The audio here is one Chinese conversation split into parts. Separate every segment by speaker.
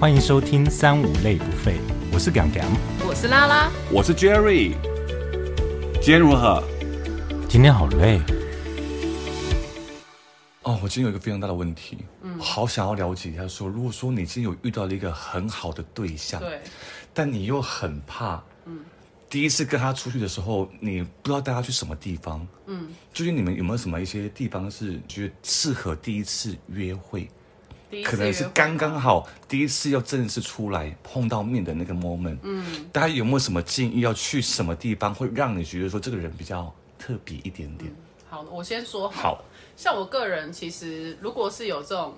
Speaker 1: 欢迎收听三五类不废，我是 Gang Gang。
Speaker 2: 我是拉拉，
Speaker 3: 我是 Jerry。今天如何？
Speaker 1: 今天好累，
Speaker 3: 哦，我今天有一个非常大的问题，嗯，好想要了解一下说，如果说你今天有遇到了一个很好的对象，
Speaker 2: 对，
Speaker 3: 但你又很怕，嗯，第一次跟他出去的时候，你不知道带他去什么地方，嗯，究竟你们有没有什么一些地方是觉得适合第一次约会？
Speaker 2: 第一次
Speaker 3: 可能是
Speaker 2: 约会
Speaker 3: 刚刚好第一次要正式出来碰到面的那个 moment，嗯，大家有没有什么建议要去什么地方会让你觉得说这个人比较特别一点点？
Speaker 2: 好，我先说好。
Speaker 3: 好，
Speaker 2: 像我个人，其实如果是有这种，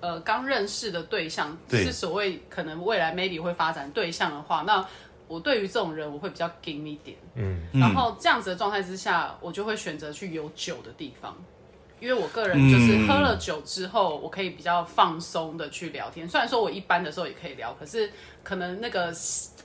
Speaker 2: 呃，刚认识的对象，
Speaker 3: 对
Speaker 2: 是所谓可能未来 maybe 会发展对象的话，那我对于这种人，我会比较 give 一点。
Speaker 3: 嗯
Speaker 2: 然后这样子的状态之下，我就会选择去有酒的地方，因为我个人就是
Speaker 3: 嗯
Speaker 2: 喝了酒之后，我可以比较放松的去聊天。虽然说我一般的时候也可以聊，可是可能那个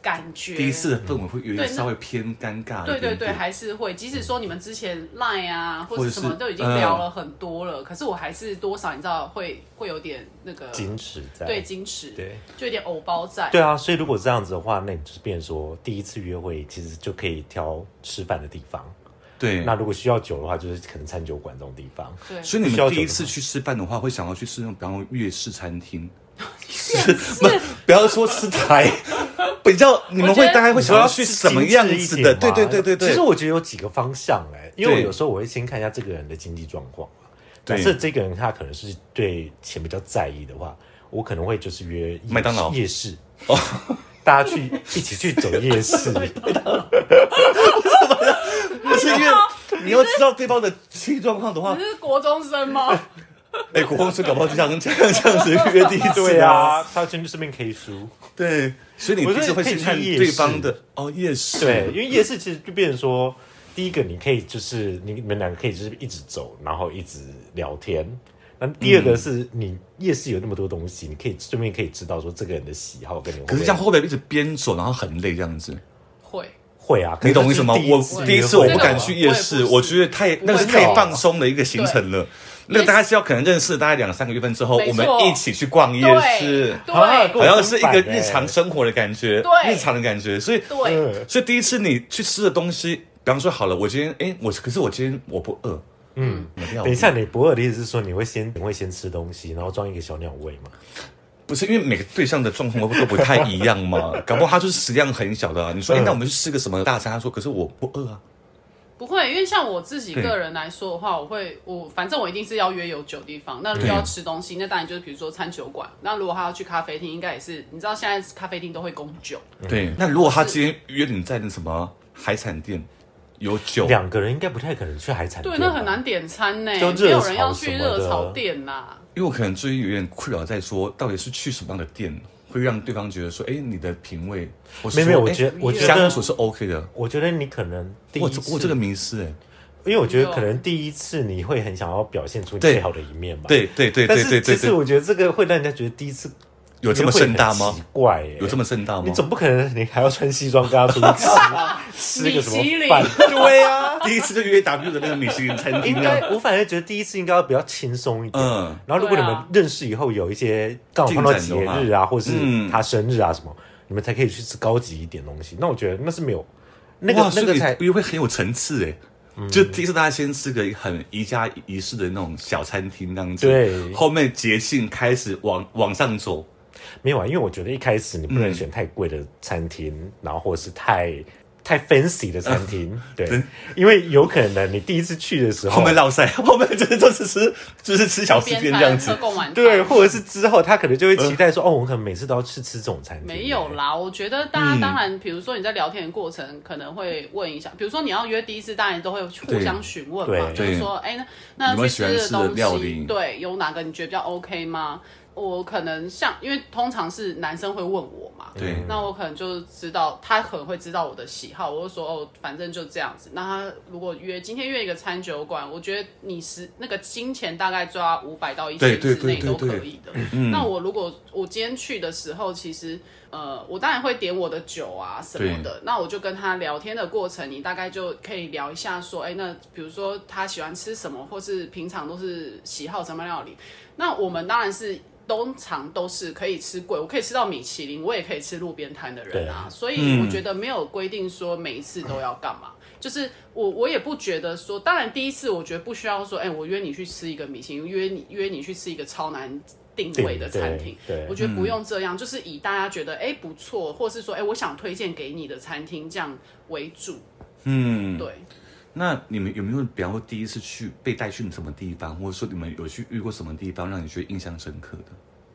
Speaker 2: 感觉
Speaker 3: 第一次的氛围会有
Speaker 2: 对
Speaker 3: 点
Speaker 2: 那
Speaker 3: 稍微偏尴尬一
Speaker 2: 对
Speaker 3: 点点，
Speaker 2: 对对，还是会。即使说你们之前 Line 啊，或
Speaker 3: 嗯或
Speaker 2: 者
Speaker 3: 者
Speaker 2: 什么
Speaker 3: 是嗯
Speaker 2: 都已经聊了很多了，可是我还是多少你知道会会有点那个
Speaker 4: 矜持在。
Speaker 2: 对矜持，
Speaker 4: 对，
Speaker 2: 就有点偶包在。
Speaker 4: 对啊，所以如果这样子的话，那你就是变成说，第一次约会其实就可以挑吃饭的地方。
Speaker 3: 对
Speaker 4: 那如果需要酒的话，就是可能餐酒馆这种地方。
Speaker 2: 对，
Speaker 3: 所以你
Speaker 4: 需要
Speaker 3: 们
Speaker 4: 酒
Speaker 3: 第一
Speaker 4: 的
Speaker 3: 次
Speaker 4: 吗
Speaker 3: 去吃饭的话，会想要去吃那种，比方说粤式餐厅，
Speaker 2: 是是
Speaker 3: 不要说吃台，比较你们
Speaker 2: 我觉
Speaker 3: 会
Speaker 2: 得
Speaker 3: 大概会想要去
Speaker 4: 是
Speaker 3: 什么样子的？对对对对对。
Speaker 4: 其实我觉得有几个方向哎、因为我
Speaker 3: 对
Speaker 4: 有时候我会先看一下这个人的经济状况嘛。假
Speaker 3: 对
Speaker 4: 设这个人他可能是对钱比较在意的话，我可能会就是约夜
Speaker 3: 麦当劳
Speaker 4: 夜市
Speaker 3: 哦
Speaker 4: 大家去一起去走 夜市。
Speaker 3: 啊不是因为你要知道对方的经济状况的话
Speaker 2: 你，是国中生吗？
Speaker 3: 哎，国光是搞不好就想这样这样子约第一次
Speaker 4: 对啊，他顺顺便 K 书。
Speaker 3: 对，所以你
Speaker 4: 我
Speaker 3: 第
Speaker 4: 觉
Speaker 3: 一
Speaker 4: 得
Speaker 3: 次会
Speaker 4: 可以
Speaker 3: 先
Speaker 4: 去
Speaker 3: 看
Speaker 4: 夜
Speaker 3: 对方
Speaker 4: 市
Speaker 3: 的哦夜市，
Speaker 4: 对，因为夜市其实就变成说，第一个你可以就是你们两个可以就是一直走，然后一直聊天。那第二个是你夜市有那么多东西，你可以顺便可以知道说这个人的喜好跟你会不
Speaker 3: 可
Speaker 4: 会
Speaker 3: 是这样会不会一直边走然后很累这样子？
Speaker 2: 会，
Speaker 4: 会啊？
Speaker 3: 你懂我意思吗？我第
Speaker 4: 第
Speaker 3: 一
Speaker 4: 一
Speaker 3: 次啊
Speaker 4: 次
Speaker 3: 我
Speaker 4: 约会
Speaker 3: 不敢去夜
Speaker 2: 这
Speaker 3: 市，
Speaker 2: 个我
Speaker 3: 我觉得太那个是
Speaker 4: 真的
Speaker 3: 太
Speaker 4: 哦
Speaker 3: 放松的一个行程了。那个大家是要可能认识大概两三个月份之后，
Speaker 2: 没
Speaker 3: 我
Speaker 2: 错
Speaker 3: 们一起去逛夜市，
Speaker 2: 对
Speaker 4: 啊
Speaker 2: 对
Speaker 4: 够
Speaker 3: 好像是一个
Speaker 4: 相反欸
Speaker 3: 日常生活的感觉，
Speaker 2: 对
Speaker 3: 日常的感觉。所以，
Speaker 2: 对，
Speaker 4: 嗯
Speaker 3: 所以第一次你去吃的东西，比方说好了，我今天哎，我可是我今天我不饿，
Speaker 4: 嗯。
Speaker 3: 没有
Speaker 4: 等一下，你不饿的意思是说你会先你会先吃东西，然后装一个小鸟胃嘛？
Speaker 3: 不是因为每个对象的状况都不太一样 嘛，搞不好他就是食量很小的啊。你说，哎，
Speaker 4: 嗯
Speaker 3: 那我们去吃个什么大餐？他说，可是我不饿啊。
Speaker 2: 不会，因为像我自己
Speaker 3: 对
Speaker 2: 个人来说的话，我会我反正我一定是要约有酒的地方。那如果
Speaker 3: 对
Speaker 2: 要吃东西，那当然就是比如说餐酒馆。那如果他要去咖啡厅，应该也是你知道现在咖啡厅都会供酒，
Speaker 3: 对，那如果他今天约你在那什么海产店，有酒，
Speaker 4: 两个人应该不太可能去海产店
Speaker 2: 对，
Speaker 4: 吧，
Speaker 2: 那很难点餐呢，
Speaker 4: 就
Speaker 2: 没
Speaker 4: 热
Speaker 2: 有
Speaker 4: 炒
Speaker 2: 人要去
Speaker 4: 什么的
Speaker 2: 热炒店呐。
Speaker 3: 因为我可能最近有点困扰，在说到底是去什么样的店，会让对方觉得说，哎，你的品味，我
Speaker 4: 没有没有我觉得
Speaker 2: 我觉得
Speaker 3: 哎相处是 OK 的。
Speaker 4: 我觉得你可能第一
Speaker 3: 我
Speaker 4: 次
Speaker 3: 我这个迷失哎，
Speaker 4: 因为我觉得可能第一次你会很想要表现出你
Speaker 3: 对
Speaker 4: 最好的一面吧。
Speaker 3: 对对对
Speaker 4: 但
Speaker 3: 对
Speaker 4: 是
Speaker 3: 对
Speaker 4: 其
Speaker 3: 对
Speaker 4: 实
Speaker 3: 对，
Speaker 4: 我觉得这个会让人家觉得第一次
Speaker 3: 有这么盛大吗
Speaker 4: 约会很奇怪、欸，
Speaker 3: 有这么盛大吗
Speaker 4: 你？总不可能你还要穿西装跟他 出去吃吃个什么饭
Speaker 2: 米？
Speaker 4: 对啊，
Speaker 3: 第一次就约 W 的那个米其林餐厅
Speaker 4: 应
Speaker 3: 啊，
Speaker 4: 该我反而觉得第一次应该要比较轻松一点。
Speaker 3: 嗯
Speaker 4: 然后如果你
Speaker 2: 对
Speaker 4: 们
Speaker 2: 啊
Speaker 4: 认识以后有一些刚好碰到节
Speaker 3: 进展
Speaker 4: 日
Speaker 3: 的
Speaker 4: 啊，或是
Speaker 3: 嗯
Speaker 4: 他生日啊什么，你们才可以去吃高级一点东西。那我觉得那是没有那
Speaker 3: 哇
Speaker 4: 个，
Speaker 3: 所
Speaker 4: 那
Speaker 3: 以
Speaker 4: 个
Speaker 3: 你
Speaker 4: 才
Speaker 3: 约会很有层次哎。就第一次大家先吃个很宜家宜式的那种小餐厅这样子，
Speaker 4: 对
Speaker 3: 后面节庆开始往往上走，
Speaker 4: 没有啊，因为我觉得一开始你不
Speaker 3: 嗯
Speaker 4: 能选太贵的餐厅，然后或者是太太 fancy 的餐厅，对，因为有可能你第一次去的时
Speaker 3: 啊
Speaker 4: 候
Speaker 3: 后，面落塞， 后面就是就是吃就是吃
Speaker 4: 哦
Speaker 3: 小吃
Speaker 2: 边
Speaker 3: 店
Speaker 2: 摊
Speaker 3: 这样子
Speaker 2: 喝，供晚餐
Speaker 4: 对，或者是之后他可能就会期
Speaker 3: 嗯
Speaker 4: 待说，哦，我可能每次都要去吃这种餐厅，
Speaker 2: 没有啦，我觉得大
Speaker 4: 嗯
Speaker 2: 家当然，比如说你在聊天的过程，可能会问一下，比如说你要约第一次，当然都会互相询问嘛，
Speaker 4: 对
Speaker 2: 就是说，哎、那
Speaker 3: 你
Speaker 2: 那
Speaker 3: 们
Speaker 2: 去
Speaker 3: 喜欢
Speaker 2: 吃
Speaker 3: 吃的
Speaker 2: 东
Speaker 3: 料
Speaker 2: 西，
Speaker 3: 理
Speaker 2: 对，有哪个你觉得比较 OK 吗？我可能像，因为通常是男生会问我嘛，
Speaker 3: 对
Speaker 2: 那我可能就知道他可能会知道我的喜好，我就说哦，反正就这样子。那他如果约今天约一个餐酒馆，我觉得你是那个金钱大概抓五百到一
Speaker 3: 对
Speaker 2: 千
Speaker 3: 对
Speaker 2: 之内
Speaker 3: 对
Speaker 2: 都可
Speaker 3: 对嗯
Speaker 2: 以的。那我如果我今天去的时候，其实呃，我当然会点我的酒啊什么的。那我就跟他聊天的过程，你大概就可以聊一下说，哎，那比如说他喜欢吃什么，或是平常都是喜好什么料理。那我们当然是通常都是可以吃贵，我可以吃到米其林，我也可以吃路边摊的人啊，所以我觉得没有规定说每一次都要干嘛。
Speaker 4: 嗯
Speaker 2: 就是我我也不觉得说，当然第一次我觉得不需要说，哎、我约你去吃一个米其林，约你约你去吃一个超难定位的餐厅
Speaker 4: 对对，
Speaker 2: 我觉得不用这样，就是以大家觉得哎、不错，或是说哎、我想推荐给你的餐厅这样为主，
Speaker 3: 嗯，
Speaker 2: 对。
Speaker 3: 那你们有没有，比方说第一次去被带去什么地方，或者说你们有去遇过什么地方让你觉得印象深刻的？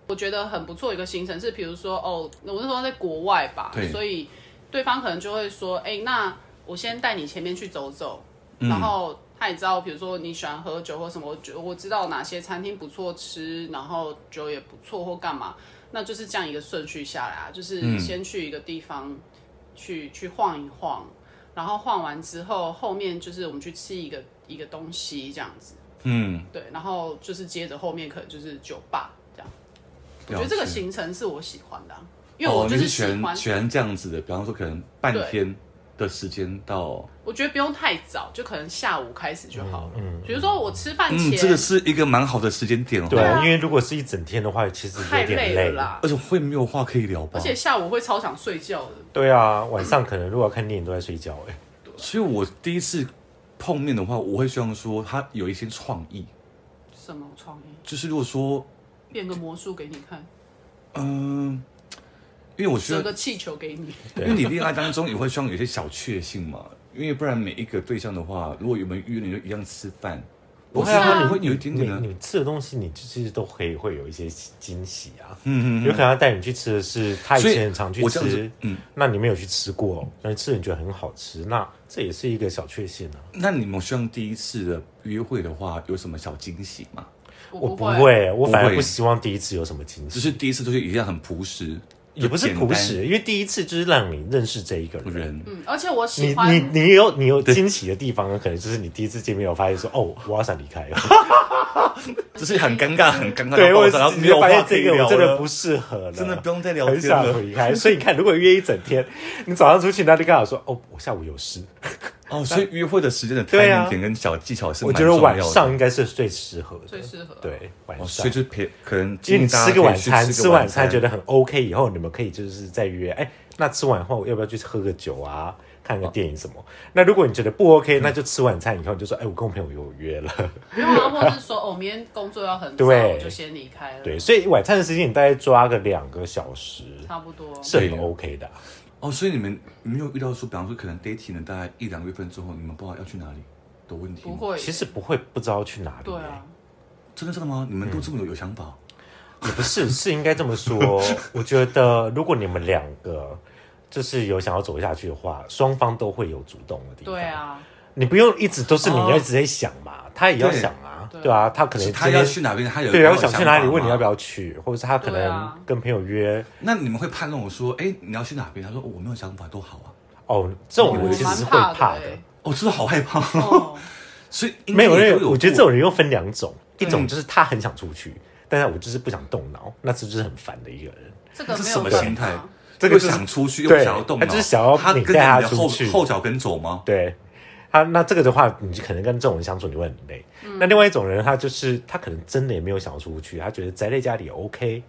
Speaker 2: 我觉得很不错一个行程是，比如说哦，我那时候在国外吧
Speaker 3: 对，
Speaker 2: 所以对方可能就会说，哎、那我先带你前面去走走，然后他也知道，比如说你喜欢喝酒或什么，我觉我知道哪些餐厅不错吃，然后酒也不错或干嘛，那就是这样一个顺序下来啊，就是先去一个地方去、去晃一晃，然后晃完之后，后面就是我们去吃一个一个东西这样子，
Speaker 3: 嗯，
Speaker 2: 对，然后就是接着后面可能就是酒吧这样。我
Speaker 3: 我
Speaker 2: 觉得这个行程是我喜欢的啊、因为我
Speaker 3: 哦、
Speaker 2: 就
Speaker 3: 你是
Speaker 2: 喜
Speaker 3: 喜
Speaker 2: 欢，
Speaker 3: 欢喜欢这样子的，比方说可能半
Speaker 2: 对
Speaker 3: 天的时间到，
Speaker 2: 我觉得不用太早，就可能下午开始就好了。比如说我吃饭前，
Speaker 3: 嗯，这个是一个蛮好的时间点哦，
Speaker 4: 对
Speaker 2: 啊
Speaker 4: 啊，因为如果是一整天的话，其实
Speaker 2: 太
Speaker 4: 有点
Speaker 2: 累了啦，
Speaker 3: 而且会没有话可以聊吧
Speaker 2: 而？且下午会超想睡觉的。
Speaker 4: 对啊，晚上可能如果要看电影都在睡觉、哎，
Speaker 3: 所以我第一次碰面的话，我会希望说他有一些创意，
Speaker 2: 什么创意？
Speaker 3: 就是如果说，
Speaker 2: 变个魔术给你看，
Speaker 3: 嗯、因为我觉
Speaker 2: 折
Speaker 3: 得
Speaker 2: 个，气球给你。
Speaker 3: 因为你恋爱当中也会希望有些小确幸嘛，因为不然每一个对象的话，如果有没有约你就一样吃饭，
Speaker 4: 不
Speaker 3: 我
Speaker 4: 会
Speaker 3: 是
Speaker 4: 啊
Speaker 3: 说你会有一点点的
Speaker 4: 你，你吃的东西，你其实都可以会有一些惊喜啊。
Speaker 3: 嗯嗯
Speaker 4: 有可能他带你去吃的是他以
Speaker 3: 所以
Speaker 4: 前很常去
Speaker 3: 我这样
Speaker 4: 吃
Speaker 3: 子，嗯，
Speaker 4: 那你没有去吃过，但是吃了你觉得很好吃，那这也是一个小确幸啊。
Speaker 3: 那你们希望第一次的约会的话，有什么小惊喜吗？
Speaker 2: 我
Speaker 4: 我
Speaker 2: 不
Speaker 4: 不
Speaker 2: 会，
Speaker 4: 会，我反
Speaker 3: 不
Speaker 4: 而
Speaker 3: 会
Speaker 4: 不希望第一次有什么惊
Speaker 3: 只
Speaker 4: 喜，
Speaker 3: 是第一次就是一样很朴实，
Speaker 4: 也不是
Speaker 3: 就简单
Speaker 4: 朴实，因为第一次就是让你认识这一个人。
Speaker 3: 人。
Speaker 2: 嗯，而且我
Speaker 4: 你
Speaker 2: 喜欢
Speaker 4: 你你有你有惊喜的地方，可能就是你第一次见面，有发现说哦，我好想离开了。
Speaker 3: 只是很尴尬，很尴尬。
Speaker 4: 对，
Speaker 3: 然后抱
Speaker 4: 我
Speaker 3: 着然后
Speaker 4: 直
Speaker 3: 没
Speaker 4: 接
Speaker 3: 有
Speaker 4: 发
Speaker 3: 话
Speaker 4: 现
Speaker 3: 可
Speaker 4: 这
Speaker 3: 以
Speaker 4: 个
Speaker 3: 聊
Speaker 4: 我真的
Speaker 3: 了
Speaker 4: 不适合了，
Speaker 3: 真的不用再聊
Speaker 4: 很
Speaker 3: 天了
Speaker 4: 想离开。所以你看，如果约一整天， 你早上出去，那就刚好说哦，我下午有事。
Speaker 3: 哦，所以约会的时间的 t
Speaker 4: 对
Speaker 3: i
Speaker 4: 啊
Speaker 3: m 点跟小技巧是
Speaker 4: 我
Speaker 3: 蛮
Speaker 4: 觉
Speaker 3: 重
Speaker 4: 得
Speaker 3: 要的
Speaker 4: 晚上应该是最适合的，
Speaker 2: 最适合。，
Speaker 4: 对晚
Speaker 3: 哦，所
Speaker 4: 上
Speaker 3: 以。就陪可能
Speaker 4: 因为你吃个晚餐，吃晚
Speaker 3: 晚
Speaker 4: 餐觉得很 OK，以后你们可以就是再约，哎，那吃完后要不要去喝个酒啊，看个电影什么？那如果你觉得不
Speaker 3: 嗯
Speaker 4: OK，那就吃晚餐以后你就说，哎，我跟我朋友有约了。
Speaker 2: 没有啊，或者是说，哦，明天工作要很早，
Speaker 4: 对
Speaker 2: 我就先离开了。
Speaker 4: 对，，所以晚餐的时间你大概抓个两个小时
Speaker 2: 差不多。
Speaker 4: 是很
Speaker 3: 对啊
Speaker 4: OK 的啊。
Speaker 3: 哦，所以你们没有遇到说，比方说可能 dating 了大概一两个月份之后，你们不知道要去哪里的问题吗？
Speaker 2: 不会，
Speaker 4: 其实不会不知道去哪里、
Speaker 2: 对啊，
Speaker 3: 真的真的吗？你们都这么有有想法？
Speaker 4: 嗯也不是 是应该这么说。我觉得如果你们两个就是有想要走下去的话，双方都会有主动的地方。
Speaker 2: 对，啊，
Speaker 4: 你不用一直都是你
Speaker 3: 哦
Speaker 4: 要一直在想嘛，他也要想啊，
Speaker 2: 对
Speaker 4: 对啊，他可
Speaker 3: 是
Speaker 4: 能
Speaker 3: 他
Speaker 4: 今
Speaker 3: 要
Speaker 4: 天
Speaker 3: 去哪边？他有
Speaker 4: 对，
Speaker 3: 他
Speaker 4: 要
Speaker 3: 有
Speaker 4: 想去
Speaker 3: 法
Speaker 4: 哪里，问你
Speaker 3: 吗
Speaker 4: 要不？要去，或者是他可
Speaker 2: 对
Speaker 4: 能
Speaker 2: 啊
Speaker 4: 跟朋友约。
Speaker 3: 那你们会判断我说，哎，你要去哪边？他说、哦我没有想法，都好啊。
Speaker 4: 哦，这种
Speaker 2: 我
Speaker 4: 人其实
Speaker 2: 蛮
Speaker 4: 是会
Speaker 2: 怕
Speaker 4: 怕
Speaker 2: 的
Speaker 4: 的
Speaker 2: 欸。。
Speaker 3: 哦，真的好害怕，
Speaker 2: 哦，
Speaker 3: 所以应该
Speaker 4: 没有，因
Speaker 3: 也
Speaker 4: 为
Speaker 3: 都有
Speaker 4: 我觉得这
Speaker 3: 过
Speaker 4: 种人又分两种，一种
Speaker 3: 嗯
Speaker 4: 就是他很想出去，但是我就是不想动脑，那这就是很烦的一个人。
Speaker 2: 这个
Speaker 3: 这
Speaker 2: 没
Speaker 3: 什
Speaker 2: 有
Speaker 3: 么
Speaker 2: 办
Speaker 3: 心态
Speaker 2: 法？
Speaker 4: 这个
Speaker 3: 又
Speaker 4: 就是
Speaker 3: 想出去，又
Speaker 4: 对
Speaker 3: 想要动脑，
Speaker 4: 他就是想要
Speaker 3: 他
Speaker 4: 你
Speaker 3: 跟着
Speaker 4: 带他
Speaker 3: 你的
Speaker 4: 出
Speaker 3: 后
Speaker 4: 去
Speaker 3: 后脚跟走吗？
Speaker 4: 对，他那这个的话，你就可能跟这种人相处，你会很累。那另外一种人，他就是他可能真的也没有想要出去，他觉得宅在家里也 OK，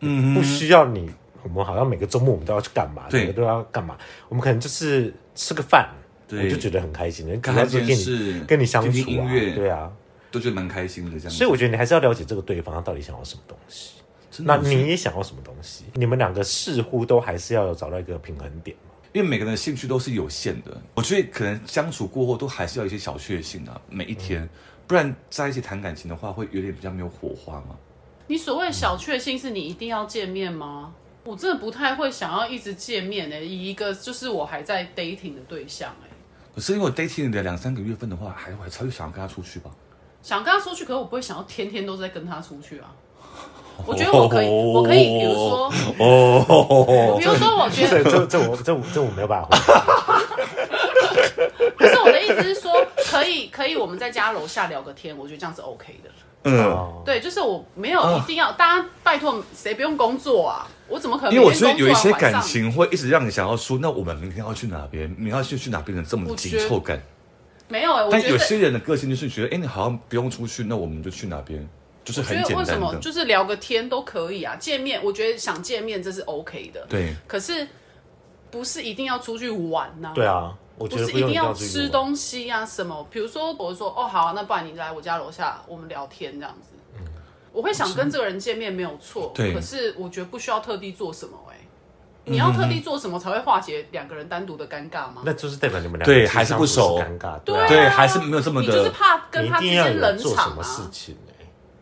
Speaker 4: 嗯，不需要你。我们好像每个周末我们都要去干嘛，
Speaker 3: 对
Speaker 4: 每个都要干嘛。我们可能就是吃个饭，
Speaker 3: 对
Speaker 4: 我就觉得很开心了。
Speaker 3: 看
Speaker 4: 主要
Speaker 3: 看
Speaker 4: 是
Speaker 3: 电
Speaker 4: 跟
Speaker 3: 视
Speaker 4: 你跟你相处
Speaker 3: 听听音
Speaker 4: 啊，
Speaker 3: 乐
Speaker 4: 对啊。
Speaker 3: 都觉得蛮开心的这样子。
Speaker 4: 所以我觉得你还是要了解这个对方他到底想要什么东西，
Speaker 3: 真的
Speaker 4: 那
Speaker 3: 我觉得
Speaker 4: 你也想要什么东西，你们两个似乎都还是要有找到一个平衡 点嘛。
Speaker 3: 因为每个人的兴趣都是有限的，我觉得可能相处过后都还是要有一些小确幸啊，每一天，不然在一起谈感情的话，会有点比较没有火花嘛。
Speaker 2: 你所谓小确幸是你一定要见面吗？我真的不太会想要一直见面诶、以一个就是我还在 dating 的对象欸诶、
Speaker 3: 可是因为我 dating 的两三个月份的话，还还才会想要跟他出去吧。
Speaker 2: 想跟他出去，可是我不会想要天天都在跟他出去啊。我觉得我可以，我可以，比如说，
Speaker 3: 哦，
Speaker 2: 比如说，我觉
Speaker 4: 这
Speaker 2: 得，
Speaker 4: 这这我这我这我没有办法回答。
Speaker 2: 不是我的意思是说，可以，可以，我们在家楼下聊个天，我觉得这样是 OK 的。
Speaker 3: 嗯，
Speaker 4: 哦
Speaker 2: 对，就是我没有一定要，大家拜托，谁不用工作啊？我怎么可能？
Speaker 3: 啊因为我觉得有一
Speaker 2: 啊
Speaker 3: 些感，情会一直让你想要说，那我们明天要去哪边，明天要去去哪边的这么
Speaker 2: 我
Speaker 3: 紧
Speaker 2: 觉得
Speaker 3: 凑感。
Speaker 2: 没有诶、我
Speaker 3: 但
Speaker 2: 觉
Speaker 3: 有
Speaker 2: 得
Speaker 3: 些人的个性就是觉得，哎、你好像不用出去，那我们就去哪边？就是
Speaker 2: 我觉得
Speaker 3: 很简
Speaker 2: 为什
Speaker 3: 单
Speaker 2: 么
Speaker 3: 的，
Speaker 2: 就是聊个天都可以啊，见面我觉得想见面这是 OK 的，
Speaker 3: 对，
Speaker 2: 可是不是一定要出去玩呐、
Speaker 4: 对啊，我觉
Speaker 2: 不
Speaker 4: 得
Speaker 2: 是
Speaker 4: 不
Speaker 2: 一
Speaker 4: 用
Speaker 2: 定要
Speaker 4: 这个
Speaker 2: 吃东西啊什么，比如说我说哦好啊、那不然你来我家楼下我们聊天这样子，我会想跟这个人见面没有错，
Speaker 3: 对
Speaker 2: 可是我觉得不需要特地做什么哎、你要特地做什么才会化解两个人单独的尴尬吗？
Speaker 4: 那就是代表你们俩
Speaker 3: 对
Speaker 4: 其实
Speaker 3: 还是不
Speaker 4: 相处
Speaker 3: 熟
Speaker 4: 尴尬，
Speaker 2: 对
Speaker 4: 啊，
Speaker 3: 对还是没有这么的
Speaker 2: 你就是怕跟
Speaker 4: 你
Speaker 2: 他
Speaker 4: 一
Speaker 2: 之
Speaker 4: 定要
Speaker 2: 间
Speaker 4: 有
Speaker 2: 冷
Speaker 4: 人做什
Speaker 2: 场
Speaker 4: 么事
Speaker 2: 啊，
Speaker 4: 情欸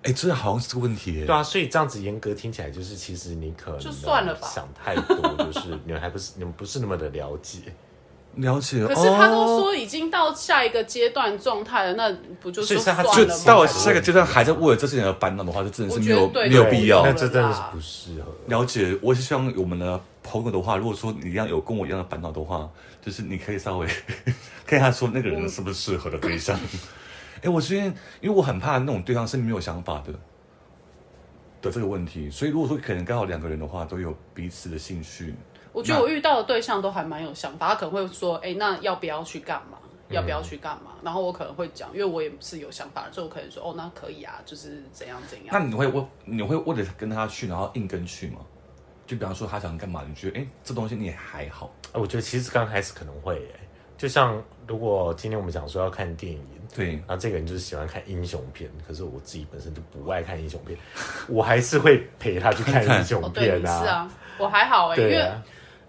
Speaker 3: 哎，这好像是个问题耶
Speaker 4: 对。啊，所以这样子严格听起来就是，其实你可能
Speaker 2: 就算了吧
Speaker 4: 想太多，就是你们还不是你们不是那么的了解，
Speaker 3: 了解，
Speaker 2: 可是他都
Speaker 3: 哦，
Speaker 2: 说已经到下一个阶段状态了，那不就说
Speaker 4: 所以是
Speaker 2: 算
Speaker 4: 他
Speaker 2: 了吗？
Speaker 3: 就
Speaker 4: 算了
Speaker 3: 到
Speaker 4: 吧
Speaker 3: 下个阶段还在为了这事情而搬弄的话，就真的是
Speaker 2: 我
Speaker 3: 没
Speaker 2: 觉得
Speaker 3: 有
Speaker 2: 对
Speaker 3: 没有
Speaker 2: 对
Speaker 3: 必要
Speaker 2: 对
Speaker 4: 那
Speaker 2: 对
Speaker 4: 这真的是不适合。
Speaker 3: 了解。我是希望我们的朋友的话，如果说你一样有跟我一样的烦恼的话，就是你可以稍微 看一下说那个人是不是适合的对 象。哎，我最近因为我很怕那种对象是没有想法的的这个问题，所以如果说可能刚好两个人的话都有彼此的兴趣，
Speaker 2: 我觉得我遇到的对象都还蛮有想法，他可能会说，哎、那要不要去干嘛？
Speaker 3: 嗯
Speaker 2: 要不要去干嘛？然后我可能会讲，因为我也是有想法的，所以我可能说，哦，那可以啊，就是怎样怎
Speaker 3: 那
Speaker 2: 样。
Speaker 3: 你会为你会为了跟他去，然后硬跟去吗？就比方说他想干嘛，你觉得哎这东西你也还好，
Speaker 4: 啊我觉得其实刚开始可能会、欸，就像如果今天我们讲说要看电影，
Speaker 3: 对
Speaker 4: 然后这个人就是喜欢看英雄片，可是我自己本身就不爱看英雄片， 我还是会陪他去看英雄
Speaker 2: 哦，对，
Speaker 4: 片
Speaker 2: 你
Speaker 4: 啊。
Speaker 2: 是啊，我还好哎、因
Speaker 4: 对
Speaker 2: 为
Speaker 4: 啊，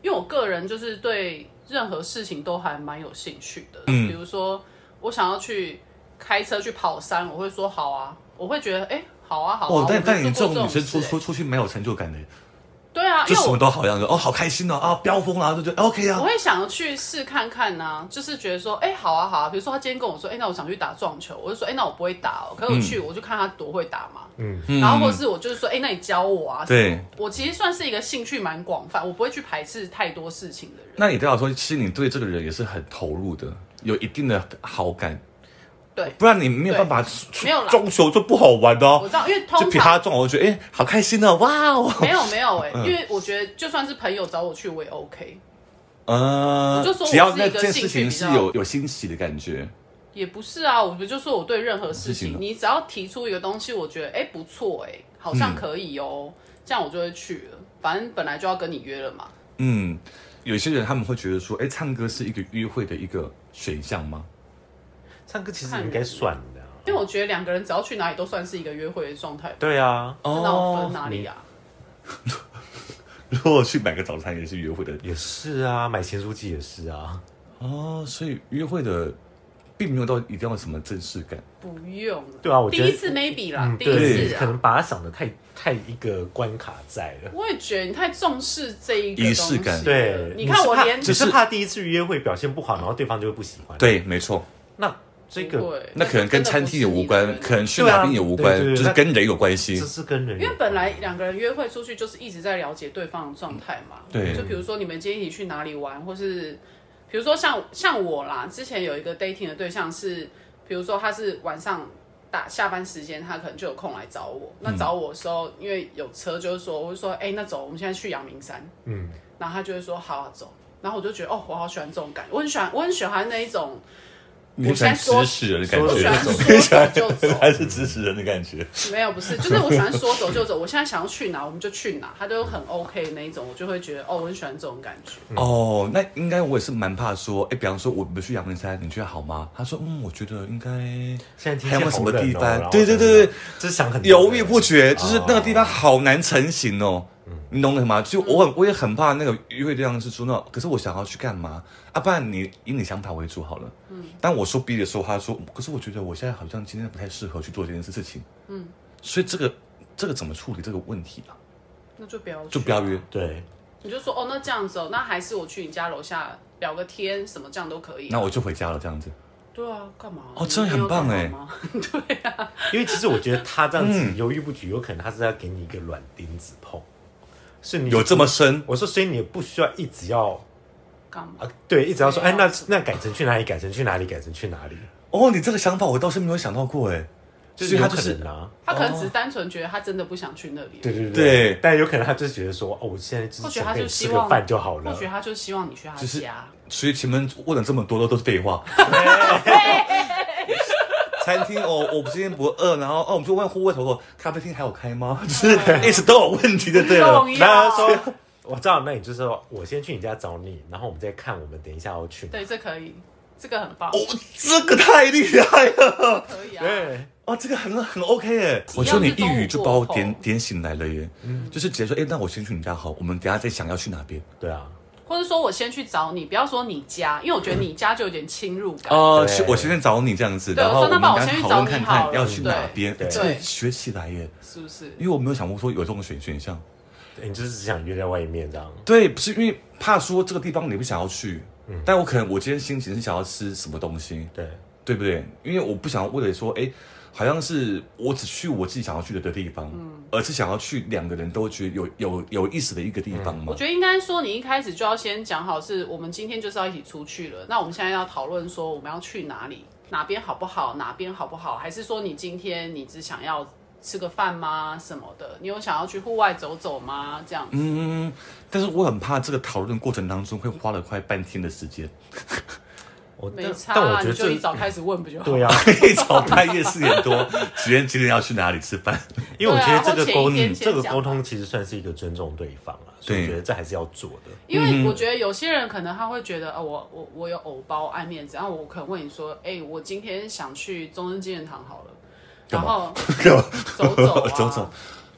Speaker 2: 因为我个人就是对任何事情都还蛮有兴趣的，
Speaker 3: 嗯
Speaker 2: 比如说我想要去开车去跑山，我会说好啊，我会觉得哎、好啊好啊。
Speaker 3: 哦，但
Speaker 2: 我
Speaker 3: 但
Speaker 2: 就
Speaker 3: 你
Speaker 2: 做
Speaker 3: 这种女生出
Speaker 2: 事欸
Speaker 3: 出出去蛮有成就感的，
Speaker 2: 对啊，
Speaker 3: 就
Speaker 2: 因为
Speaker 3: 什
Speaker 2: 我
Speaker 3: 么都好样子，哦，好开心哦，啊，飙风啊，就觉得 OK 啊
Speaker 2: 我，会想要去试看看呐、就是觉得说，哎、好啊好啊，比如说他今天跟我说，哎、那我想去打撞球，我就说，哎、那我不会打、哦，可是我
Speaker 3: 嗯
Speaker 2: 去、我就看他多会打嘛，嗯，然后或是我就是说，哎、那你教我啊，
Speaker 3: 对
Speaker 2: 什么，我其实算是一个兴趣蛮广泛，我不会去排斥太多事情的人，
Speaker 3: 那也代表说，其实你对这个人也是很投入的，有一定的好感，
Speaker 2: 对，
Speaker 3: 不然你没有办法出
Speaker 2: 没有啦
Speaker 3: 装球就不好玩的、
Speaker 2: 我
Speaker 3: 哦
Speaker 2: 知，道，因为
Speaker 3: 就
Speaker 2: 通
Speaker 3: 比他
Speaker 2: 常。
Speaker 3: 撞，我就觉得哎、好开心哦，哇哦，
Speaker 2: 没有没有哎、因为我觉得就算是朋友找我去，我也 OK，
Speaker 3: 嗯
Speaker 2: 我就说我
Speaker 3: 只要
Speaker 2: 是一
Speaker 3: 那
Speaker 2: 个
Speaker 3: 件
Speaker 2: 兴
Speaker 3: 事
Speaker 2: 趣
Speaker 3: 情
Speaker 2: 比
Speaker 3: 是
Speaker 2: 较
Speaker 3: 有有欣喜的感觉，
Speaker 2: 也不是啊。我就说我对任何事
Speaker 3: 事情
Speaker 2: 情
Speaker 3: 呢，
Speaker 2: 你只要提出一个东西，我觉得哎、不错哎、好
Speaker 3: 嗯
Speaker 2: 像可以哦、这样我就会去了。反正本来就要跟你约了嘛，
Speaker 3: 嗯，有些人他们会觉得说，哎，唱歌是一个约会的一个选项吗？
Speaker 4: 唱歌其实应该算的啊、
Speaker 2: 因为我觉得两个人只要去哪里都算是一个约会的状态吧，
Speaker 4: 对啊，
Speaker 2: 那我分哪里啊？
Speaker 3: 哦 如果去买个早餐也是约会的
Speaker 4: 也是啊，买咸酥鸡也是啊。
Speaker 3: 哦，所以约会的并没有到一定要什么正式感。
Speaker 2: 不用了，
Speaker 4: 哦对啊我
Speaker 2: 第
Speaker 4: 觉得
Speaker 2: 一次 maybe 啦，
Speaker 4: 嗯，
Speaker 2: 第一
Speaker 4: 对，
Speaker 2: 次
Speaker 4: 可能
Speaker 2: 啊，
Speaker 4: 把它想的太太一个关卡在 了。
Speaker 2: 我也觉得你太重视这一个
Speaker 3: 仪式感
Speaker 2: 东西了
Speaker 4: 对，
Speaker 2: 你看我连
Speaker 4: 只
Speaker 3: 就是
Speaker 4: 是怕第一次约会表现不好，然后对方就会不喜欢。，
Speaker 3: 对，没错。
Speaker 4: 那这
Speaker 2: 不
Speaker 4: 个
Speaker 2: 会
Speaker 3: 那可能跟餐厅也无关，可能去
Speaker 4: 对啊
Speaker 3: 哪边也无关，
Speaker 4: 对对对
Speaker 3: 就是跟人有关系
Speaker 4: 这。是跟人
Speaker 2: 因
Speaker 4: 有关，
Speaker 2: 为本来两个人约会出去就是一直在了解对方的状态嘛。
Speaker 3: 对
Speaker 2: 就比如说你们今天一起去哪里玩，或是比如说像像我啦，之前有一个 dating 的对象是，比如说他是晚上打下班时间，他可能就有空来找我。那找我的时候，因为有车，就是说我会说，哎、那走，我们现在去阳明山。
Speaker 4: 嗯，
Speaker 2: 然后他就会说好、啊，走。然后我就觉得哦，我好喜欢这种感觉，我很喜欢，我很喜欢那一种，
Speaker 3: 你很喜欢
Speaker 2: 我现在说
Speaker 3: 指使人的感
Speaker 4: 说
Speaker 2: 我喜
Speaker 3: 觉，
Speaker 2: 欢
Speaker 4: 这种
Speaker 2: 说走就走
Speaker 3: 还是指使人的感觉？
Speaker 2: 没有，不是，就是我喜欢说走就走。我现在想要去哪，我们就去哪，他都很 OK 那一种，我就会觉得哦，我很喜欢这种感觉。
Speaker 3: 哦，那应该我也是蛮怕说，哎，比方说我们去阳明山，你觉得好吗？他说，嗯，我觉得应该
Speaker 4: 现在天气
Speaker 3: 还有没有什么地
Speaker 4: 好冷哦然
Speaker 3: 方？
Speaker 4: 后
Speaker 3: 对对对对，
Speaker 4: 就是想很多
Speaker 3: 犹豫不
Speaker 4: 啊
Speaker 3: 决，就是那个地方好难成型哦。
Speaker 4: 嗯
Speaker 3: 你懂我吗？就我很我也很怕那个约会对象是说那种，可是我想要去干嘛啊？不然你以你想法为主好了。嗯。但我说 B 的时候，他说，可是我觉得我现在好像今天不太适合去做这件事情。嗯。所以这个这个怎么处理这个问题啊？
Speaker 2: 那就不要去
Speaker 3: 就不要约，
Speaker 4: 对，
Speaker 2: 你就说哦，那这样子哦，那还是我去你家楼下聊个天，什么这样都可以。
Speaker 3: 那我就回家了这样子。
Speaker 2: 对啊，干嘛？
Speaker 3: 哦这样很棒哎
Speaker 2: 你没有干嘛吗对啊，
Speaker 4: 因为其实我觉得他这样
Speaker 3: 嗯
Speaker 4: 子犹豫不决，有可能他是要给你一个软钉子碰，是你
Speaker 3: 有这么深？
Speaker 4: 我说，所以你也不需要一直要
Speaker 2: 干嘛？
Speaker 4: 啊，对，一直要说，
Speaker 2: 没
Speaker 4: 哎
Speaker 2: 有，
Speaker 4: 那那改成去哪里？改成去哪里？改成去哪里？
Speaker 3: 哦，你这个想法我倒是没有想到过哎。
Speaker 4: 就是
Speaker 3: 所以
Speaker 4: 有
Speaker 3: 他
Speaker 4: 可能啊，
Speaker 2: 他可能只是单纯觉得他真的不想去那里，
Speaker 4: 对对
Speaker 3: 对
Speaker 4: 但有可能他就是觉得说，哦，我现在就
Speaker 2: 或
Speaker 4: 是
Speaker 2: 许
Speaker 4: 想
Speaker 2: 他
Speaker 4: 跟
Speaker 2: 就
Speaker 4: 你吃
Speaker 2: 希
Speaker 4: 个
Speaker 2: 望
Speaker 4: 饭就好了
Speaker 2: 或。许他就希望你去他
Speaker 3: 就是
Speaker 2: 家。
Speaker 3: 所以前面问了这么多都都是废话。餐厅哦，我今天不饿，然后哦，我们就问护卫头头，咖啡厅还有开吗？ 就是一直都有问题就对了
Speaker 2: 重。
Speaker 4: 然后他
Speaker 2: 要，
Speaker 4: 说，啊 我知道，那你就是说我先去你家找你，然后我们再看我们等一下要去哪。
Speaker 2: 对，啊这可以，这个很棒，
Speaker 3: 哦，这个太厉害了！
Speaker 2: 可以啊。
Speaker 4: 对，
Speaker 3: 哦，这个很很 OK 耶！
Speaker 2: 只要
Speaker 3: 我觉得你
Speaker 2: 是
Speaker 3: 一语就把
Speaker 2: 中午
Speaker 3: 我
Speaker 2: 过
Speaker 3: 点
Speaker 2: 后
Speaker 3: 点醒来了耶，就是直接说，哎，那我先去你家好，我们等一下再想要去哪边。
Speaker 4: 对啊，
Speaker 2: 或者说我先去找你，不要说你家，因为我觉得你家就有点侵入感。
Speaker 3: 哦，
Speaker 4: 对
Speaker 3: 是我先找你这样子，
Speaker 2: 对
Speaker 3: 然后
Speaker 2: 我说那
Speaker 3: 们
Speaker 2: 帮我
Speaker 3: 等一
Speaker 2: 先
Speaker 3: 下
Speaker 2: 去
Speaker 3: 讨
Speaker 2: 找
Speaker 3: 论
Speaker 2: 你
Speaker 3: 看
Speaker 2: 好
Speaker 3: 看
Speaker 2: 了
Speaker 3: 要去哪边，
Speaker 4: 对
Speaker 3: 哎这
Speaker 2: 对
Speaker 3: 个学起来耶，
Speaker 2: 是不是？
Speaker 3: 因为我没有想过说有这种选选项。
Speaker 4: 对你就是只想约在外面这样。
Speaker 3: 对，不是因为怕说这个地方你不想要去，
Speaker 2: 嗯
Speaker 3: 但我可能我今天心情是想要吃什么东西，
Speaker 4: 对，
Speaker 3: 对不对？因为我不想为了说，哎，好像是我只去我自己想要去的的地方，
Speaker 2: 嗯
Speaker 3: 而是想要去两个人都觉得有有有意思的一个地方嘛
Speaker 2: 我。觉得应该说，你一开始就要先讲好，是我们今天就是要一起出去了。那我们现在要讨论说我们要去哪里，哪边好不好，哪边好不好，还是说你今天你只想要吃个饭吗？什么的？你有想要去户外走走吗？这样子，
Speaker 3: 嗯，但是我很怕这个讨论过程当中会花了快半天的时间，
Speaker 4: 我
Speaker 2: 没
Speaker 4: 但
Speaker 2: 差、
Speaker 4: 但我
Speaker 2: 啊，你
Speaker 4: 觉得
Speaker 2: 就
Speaker 4: 这
Speaker 2: 一早开始问不就好？
Speaker 4: 对啊，
Speaker 3: 一早半夜四点多，今天几点要去哪里吃饭？
Speaker 4: 因为我觉得这个沟
Speaker 2: 对啊或前一天先
Speaker 4: 这个
Speaker 2: 讲
Speaker 4: 沟通其实算是一个尊重对方啊，所以
Speaker 3: 对
Speaker 4: 我觉得这还是要做的。
Speaker 2: 因为我觉得有些人可能他会觉得，呃，我我我有偶包爱面子，然后我可能问你说，哎、我今天想去中正纪念堂好了，然后走走啊，
Speaker 3: 走走，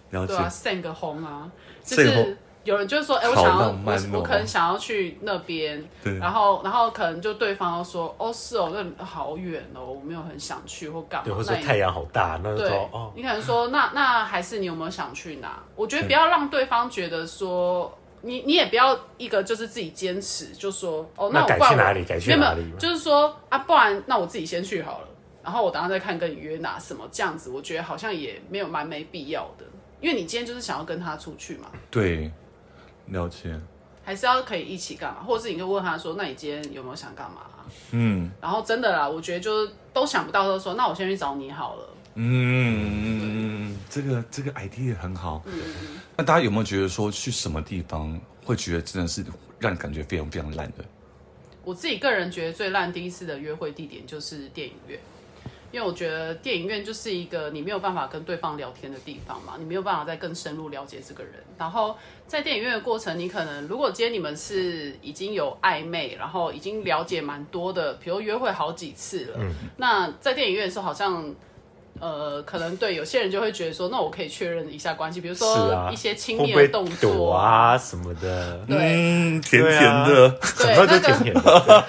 Speaker 3: 了
Speaker 2: 对。
Speaker 3: 解
Speaker 2: 啊，send 个红啊，就
Speaker 3: send
Speaker 2: 是
Speaker 3: 红
Speaker 2: 有人就是说，哎、我
Speaker 3: 好
Speaker 2: 想要，
Speaker 3: 浪漫哦
Speaker 2: 我我可能想要去那边，
Speaker 3: 对
Speaker 2: 然后然后可能就对方又说，哦是哦，那你好远哦，我没有很想去或干嘛，
Speaker 4: 对，或者
Speaker 2: 那
Speaker 4: 说
Speaker 2: 你
Speaker 4: 太阳好大，那就
Speaker 2: 对
Speaker 4: 说，哦，
Speaker 2: 你可能说那那还是你有没有想去哪？我觉得不要让对方觉得说你你也不要一个就是自己坚持，就说哦
Speaker 4: 那
Speaker 2: 我
Speaker 4: 改
Speaker 2: 不然
Speaker 4: 去
Speaker 2: 我
Speaker 4: 哪里改去
Speaker 2: 没有没
Speaker 4: 哪
Speaker 2: 有
Speaker 4: 里
Speaker 2: 就是说啊，不然那我自己先去好了，然后我等下再看跟你约哪什么这样子，我觉得好像也没有蛮没必要的，因为你今天就是想要跟他出去嘛，
Speaker 3: 对，了解。
Speaker 2: 还是要可以一起干嘛，或者是你就问他说，那你今天有没有想干嘛啊、
Speaker 3: 嗯
Speaker 2: 然后真的啦，我觉得就是都想不到的时候，那我先去找你好了。
Speaker 3: 嗯，这个这个 idea 很好。那大家有没有觉得说去什么地方会觉得真的是让你感觉非常非常烂的？
Speaker 2: 我自己个人觉得最烂第一次的约会地点就是电影院，因为我觉得电影院就是一个你没有办法跟对方聊天的地方嘛，你没有办法再更深入了解这个人。然后在电影院的过程，你可能如果今天你们是已经有暧昧，然后已经了解蛮多的，比如约会好几次了，
Speaker 4: 嗯
Speaker 2: 那在电影院的时候好像。呃，可能对有些人就会觉得说，那我可以确认一下关系，比如
Speaker 4: 是
Speaker 2: 说
Speaker 4: 啊，
Speaker 2: 一些亲
Speaker 4: 会
Speaker 2: 密
Speaker 4: 不会
Speaker 2: 的动
Speaker 4: 躲
Speaker 2: 作，
Speaker 4: 啊什么的，
Speaker 2: 对、
Speaker 3: 嗯，甜甜的。
Speaker 2: 对，
Speaker 4: 想到
Speaker 2: 那
Speaker 4: 就
Speaker 2: 个
Speaker 4: 甜甜的，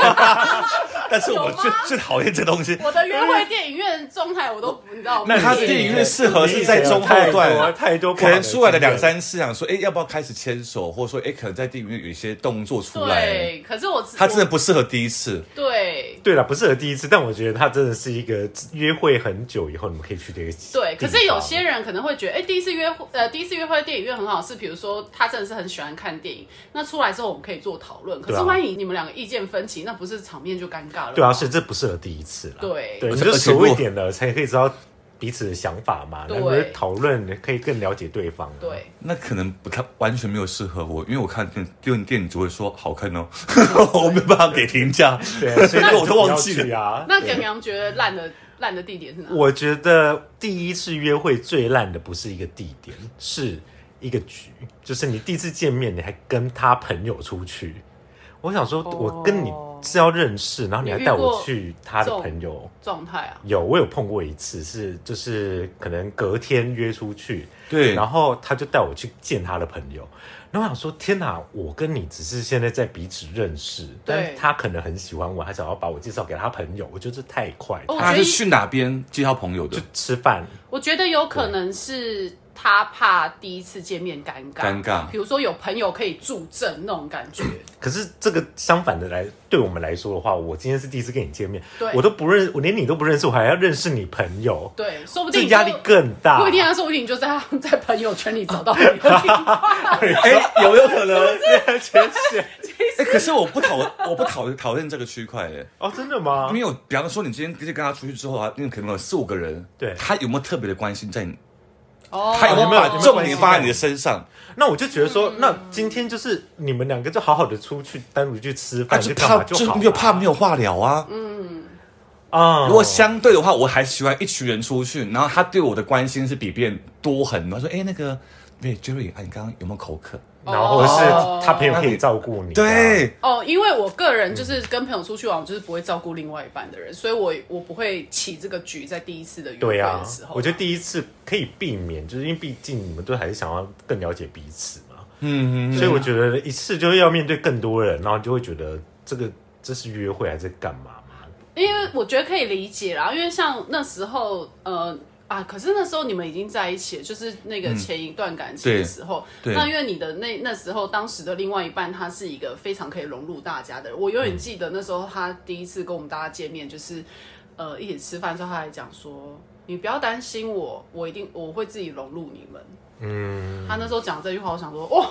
Speaker 3: 但是我
Speaker 2: 有吗
Speaker 3: 最最讨厌这东西。
Speaker 2: 我的约会电影院状态我都不知道。
Speaker 3: 呃那他
Speaker 2: 不行
Speaker 3: 电影院适合是在中后
Speaker 4: 太多
Speaker 3: 段，
Speaker 4: 太多不
Speaker 3: 可
Speaker 4: 好的
Speaker 3: 能出来的
Speaker 4: 经验
Speaker 3: 两三次，想说，哎，要不要开始牵手，或者说，哎，可能在电影院有一些动作出来，
Speaker 2: 对，可是我只
Speaker 3: 他真的
Speaker 2: 我
Speaker 3: 不适合第一次。
Speaker 2: 对
Speaker 4: 对了，不适合第一次，但我觉得它真的是一个约会很久以后你们可以去的一个地方。
Speaker 2: 对。可是有些人可能会觉得，哎、第一次约会呃，第一次约会电影院很好，是比如说他真的是很喜欢看电影，那出来之后我们可以做讨论。可
Speaker 4: 对
Speaker 2: 是
Speaker 4: 啊
Speaker 2: 万一你们两个意见分歧，那不是场面就尴尬了吗？
Speaker 4: 对啊，所以这不适合第一次啦。
Speaker 2: 对
Speaker 4: 对，
Speaker 3: 而
Speaker 4: 你
Speaker 3: 且
Speaker 4: 就熟
Speaker 3: 而且
Speaker 4: 一
Speaker 3: 如
Speaker 4: 点了，才可以知道彼此的想法嘛，
Speaker 2: 对
Speaker 4: 然后讨论可以更了解对方。，
Speaker 2: 对
Speaker 3: 那可能不看完全没有适合我，因为我看电电电影只会说好看哦，我没办法给评价。
Speaker 4: 对，啊所以
Speaker 3: 那
Speaker 4: 就
Speaker 3: 我都
Speaker 4: 不要
Speaker 3: 忘记
Speaker 4: 去啊。
Speaker 2: 那杨洋觉得烂的烂的地点是哪？
Speaker 4: 我觉得第一次约会最烂的不是一个地点，是一个局，就是你第一次见面，你还跟他朋友出去。我想说，我跟你
Speaker 2: 哦
Speaker 4: 是要认识，然后你还
Speaker 2: 你遇
Speaker 4: 带我
Speaker 2: 过
Speaker 4: 去他
Speaker 2: 这
Speaker 4: 的
Speaker 2: 种
Speaker 4: 朋友。
Speaker 2: 状态啊，
Speaker 4: 有，我有碰过一次，是就是可能隔天约出去，
Speaker 3: 对，
Speaker 4: 然后他就带我去见他的朋友，然后我想说天哪，我跟你只是现在在彼此认识，但
Speaker 2: 对
Speaker 4: 他可能很喜欢我，他想要把我介绍给他朋友，我觉得这太快，
Speaker 2: 哦
Speaker 4: 他
Speaker 3: 他是去哪边介绍朋友的
Speaker 4: 就？吃饭，
Speaker 2: 我觉得有可能是他怕第一次见面尴尬，
Speaker 3: 尴尬
Speaker 2: 比如说有朋友可以助阵那种感觉。
Speaker 4: 可是这个相反的来对我们来说的话，我今天是第一次跟你见面
Speaker 2: 对，
Speaker 4: 我都不认，我连你都不认识，我还要认识你朋友，
Speaker 2: 对，说不
Speaker 4: 这
Speaker 2: 定
Speaker 4: 压
Speaker 2: 就
Speaker 4: 力更大
Speaker 2: 不。一定啊，说不定你就在他在朋友圈里找到你的 另一半
Speaker 3: 哎、有没有可能？
Speaker 4: 对， 确实，
Speaker 3: 哎、可是我不讨，我不讨讨厌这个区块哎，
Speaker 4: 哦，真的吗
Speaker 3: 因？为我比方说你今天直接跟他出去之后啊，因为可能有四五个人，
Speaker 4: 对
Speaker 3: 他有没有特别的关心在你？
Speaker 2: 哦
Speaker 3: 他有没有把
Speaker 4: 有没有
Speaker 3: 重
Speaker 4: 关
Speaker 3: 点
Speaker 4: 心
Speaker 3: 放在
Speaker 4: 在
Speaker 3: 你的身上？
Speaker 4: 那我就觉得说，那今天就是你们两个就好好的出去单独去吃
Speaker 3: 啊，
Speaker 4: 饭，
Speaker 3: 就
Speaker 4: 干嘛
Speaker 3: 怕
Speaker 4: 就好
Speaker 3: 就
Speaker 4: 了
Speaker 2: 嗯
Speaker 3: 没有怕没有话聊啊，
Speaker 4: 啊，
Speaker 3: 如果相对的话，我还喜欢一群人出去，然后他对我的关心是比别人多很多。他说：“哎、那个，对 Jerry，啊，你刚刚有没有口渴
Speaker 4: 然后
Speaker 2: 哦
Speaker 4: 是他朋友可以照顾你、？”啊，
Speaker 3: 对，
Speaker 2: 哦，因为我个人就是跟朋友出去玩，我就是不会照顾另外一半的人，所以我我不会起这个局在第一次的约会
Speaker 4: 对啊
Speaker 2: 的时候。，
Speaker 4: 我觉得第一次可以避免，就是因为毕竟你们都还是想要更了解彼此嘛，
Speaker 3: 嗯，
Speaker 4: 所以我觉得一次就是要面对更多人，然后就会觉得这个这是约会还是干嘛嘛？
Speaker 2: 因为我觉得可以理解啦，因为像那时候，呃啊，可是那时候你们已经在一起了，就是那个前一段感情的时候。嗯
Speaker 3: 对对
Speaker 2: 那因为你的那那时候当时的另外一半，他是一个非常可以融入大家的人。我永远记得那时候他第一次跟我们大家见面，就是呃一起吃饭的时候，他还讲说：“你不要担心我，我一定我会自己融入你们。”嗯，他那时候讲这句话，我想说，哇、